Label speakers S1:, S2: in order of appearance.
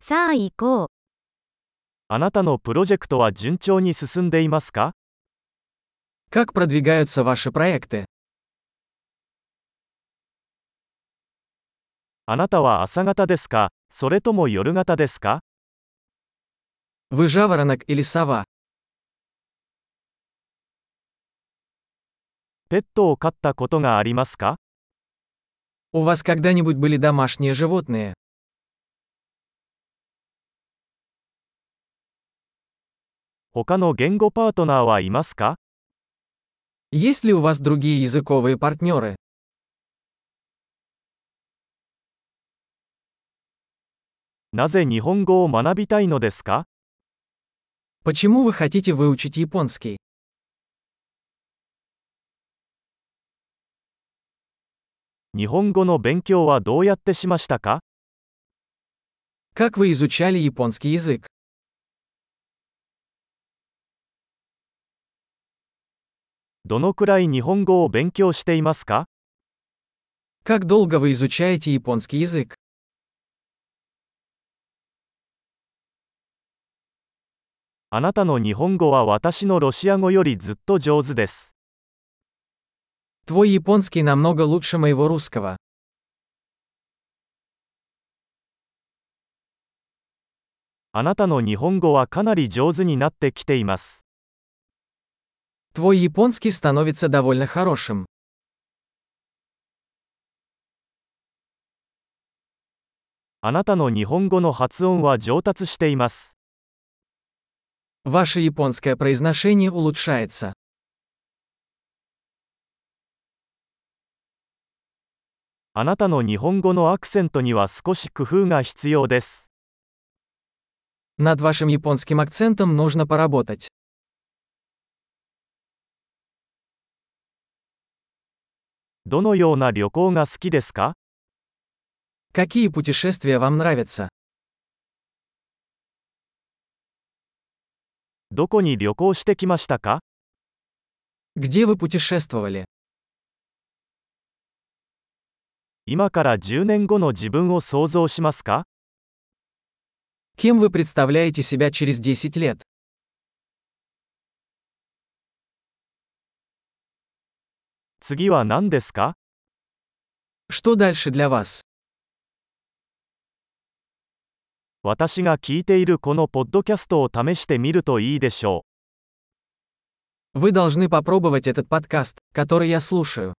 S1: さあ行こう。
S2: あなたのプロジェクトは順調に進んでいますか
S3: Как продвигаются ваши проекты?
S2: あなたは朝方ですかそれとも夜型ですか
S3: Вы жаворонок или сова?
S2: ペットを飼ったことがありますか
S3: У вас когда-нибудь были домашние животные?
S2: 他の言語パートナーはいますか
S3: Есть ли у вас другие языковые партнеры?
S2: なぜ日本語を学びたいのですか
S3: Почему вы хотите выучить японский?
S2: 日本語の勉強はどうやってしましたか
S3: Как вы изучали японский язык?
S2: どのくらい日本語を勉強していますか
S3: Как долго вы изучаете японский язык?
S2: あなたの日本語は私のロシア語よりずっと上手です。
S3: Твой японский намного лучше моего русского.
S2: あなたの日本語はかなり上手になってきています。
S3: Твой японский становится довольно хорошим.
S2: あなたの日本語の発音は上達しています。
S3: Ваше японское произношение улучшается.
S2: あなたの日本語のアクセントには少し工夫が必要です。
S3: Над вашим японским акцентом нужно поработать.
S2: どのような旅行が好きですか
S3: Какие путешествия вам нравятся?
S2: どこに旅行してきましたか
S3: Где вы путешествовали?
S2: 今から10年後の自分を想像しますか
S3: Кем вы представляете себя через 10 лет?
S2: 次は何ですか
S3: Что дальше для вас?
S2: 私が聞いているこのポッドキャストを試してみるといいでしょう。
S3: Вы должны попробовать этот подкаст, который я слушаю.